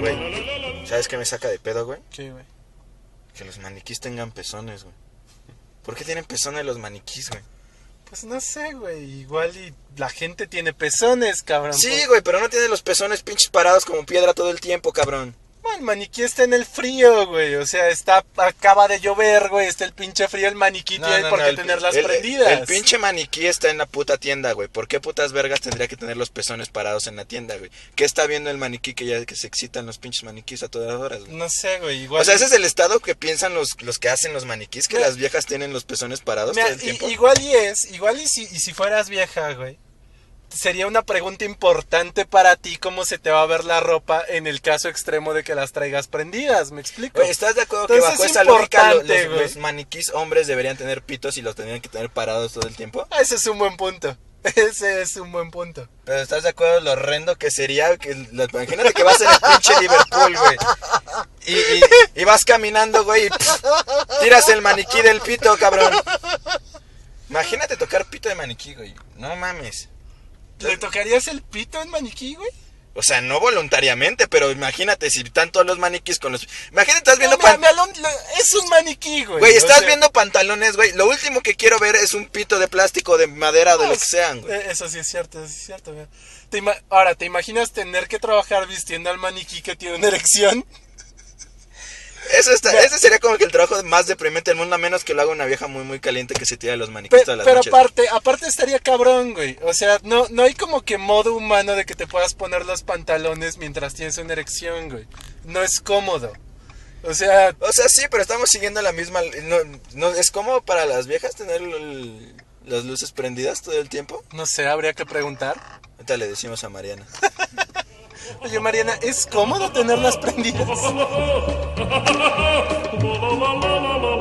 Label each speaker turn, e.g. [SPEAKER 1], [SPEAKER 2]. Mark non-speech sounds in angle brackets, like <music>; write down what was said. [SPEAKER 1] Güey, ¿sabes qué me saca de pedo, güey?
[SPEAKER 2] ¿Qué, güey?
[SPEAKER 1] Que los maniquís tengan pezones, güey. ¿Por qué tienen pezones los maniquís, güey?
[SPEAKER 2] Pues no sé, güey. Igual y la gente tiene pezones, cabrón. Pues,
[SPEAKER 1] Sí, güey, pero no tienen los pezones pinches parados como piedra todo el tiempo, cabrón.
[SPEAKER 2] Bueno, el maniquí está en el frío, güey. O sea, está acaba de llover, güey. Está el pinche frío, el maniquí
[SPEAKER 1] No,
[SPEAKER 2] tiene
[SPEAKER 1] no,
[SPEAKER 2] por
[SPEAKER 1] no,
[SPEAKER 2] qué
[SPEAKER 1] el-
[SPEAKER 2] tenerlas
[SPEAKER 1] el-
[SPEAKER 2] prendidas.
[SPEAKER 1] El pinche maniquí está en la puta tienda, güey. ¿Por qué putas vergas tendría que tener los pezones parados en la tienda, güey? ¿Qué está viendo el maniquí que ya que se excitan los pinches maniquís a todas horas, güey?
[SPEAKER 2] No sé, güey. Igual.
[SPEAKER 1] O sea, ese es el estado que piensan los, los que hacen los maniquís, que
[SPEAKER 2] Mira.
[SPEAKER 1] las viejas tienen los pezones parados
[SPEAKER 2] Mira,
[SPEAKER 1] todo el
[SPEAKER 2] i-
[SPEAKER 1] tiempo.
[SPEAKER 2] igual y es, igual y si, y si fueras vieja, güey. Sería una pregunta importante para ti cómo se te va a ver la ropa en el caso extremo de que las traigas prendidas, ¿me explico?
[SPEAKER 1] Güey, ¿Estás de acuerdo que
[SPEAKER 2] Entonces
[SPEAKER 1] bajo
[SPEAKER 2] es
[SPEAKER 1] esa lógica lo-
[SPEAKER 2] importante,
[SPEAKER 1] los,
[SPEAKER 2] güey.
[SPEAKER 1] los maniquís hombres deberían tener pitos y los tendrían que tener parados todo el tiempo?
[SPEAKER 2] Ese es un buen punto. <laughs> Ese es un buen punto.
[SPEAKER 1] Pero ¿estás de acuerdo lo horrendo que sería? Que, la- imagínate que vas en el <laughs> pinche Liverpool, güey. Y, y- y vas caminando, güey, y pff, tiras el maniquí del pito, cabrón. Imagínate tocar pito de maniquí, güey. No mames.
[SPEAKER 2] ¿Le tocarías el pito en maniquí, güey?
[SPEAKER 1] O sea, no voluntariamente, pero imagínate si están todos los maniquís con los... Imagínate, estás viendo...
[SPEAKER 2] No, mira,
[SPEAKER 1] pan-
[SPEAKER 2] mira, lo- lo- es un maniquí, güey.
[SPEAKER 1] Güey,
[SPEAKER 2] o
[SPEAKER 1] estás
[SPEAKER 2] sea,
[SPEAKER 1] viendo pantalones, güey. Lo último que quiero ver es un pito de plástico, de madera, o de lo que sean, güey.
[SPEAKER 2] Eh, Eso sí es cierto, eso sí es cierto. güey. Te ima- Ahora, ¿te imaginas tener que trabajar vistiendo al maniquí que tiene
[SPEAKER 1] <laughs>
[SPEAKER 2] una erección?
[SPEAKER 1] Eso está,
[SPEAKER 2] Mira.
[SPEAKER 1] ese sería como que el trabajo más deprimente del mundo, a menos que lo haga una vieja muy, muy caliente que se tira de los maniquís
[SPEAKER 2] Pe-
[SPEAKER 1] todas las
[SPEAKER 2] pero
[SPEAKER 1] noches.
[SPEAKER 2] aparte, aparte estaría cabrón, güey. O sea, no, no hay como que modo humano de que te puedas poner los pantalones mientras tienes una erección, güey. No es cómodo. O sea,
[SPEAKER 1] O sea, sí, pero estamos siguiendo la misma... No, no- es como para las viejas tener el- las luces prendidas todo el tiempo.
[SPEAKER 2] no sé, habría que preguntar.
[SPEAKER 1] Ahorita le decimos a Mariana.
[SPEAKER 2] Oye, Mariana, ¿es cómodo tenerlas prendidas?
[SPEAKER 3] La la la la la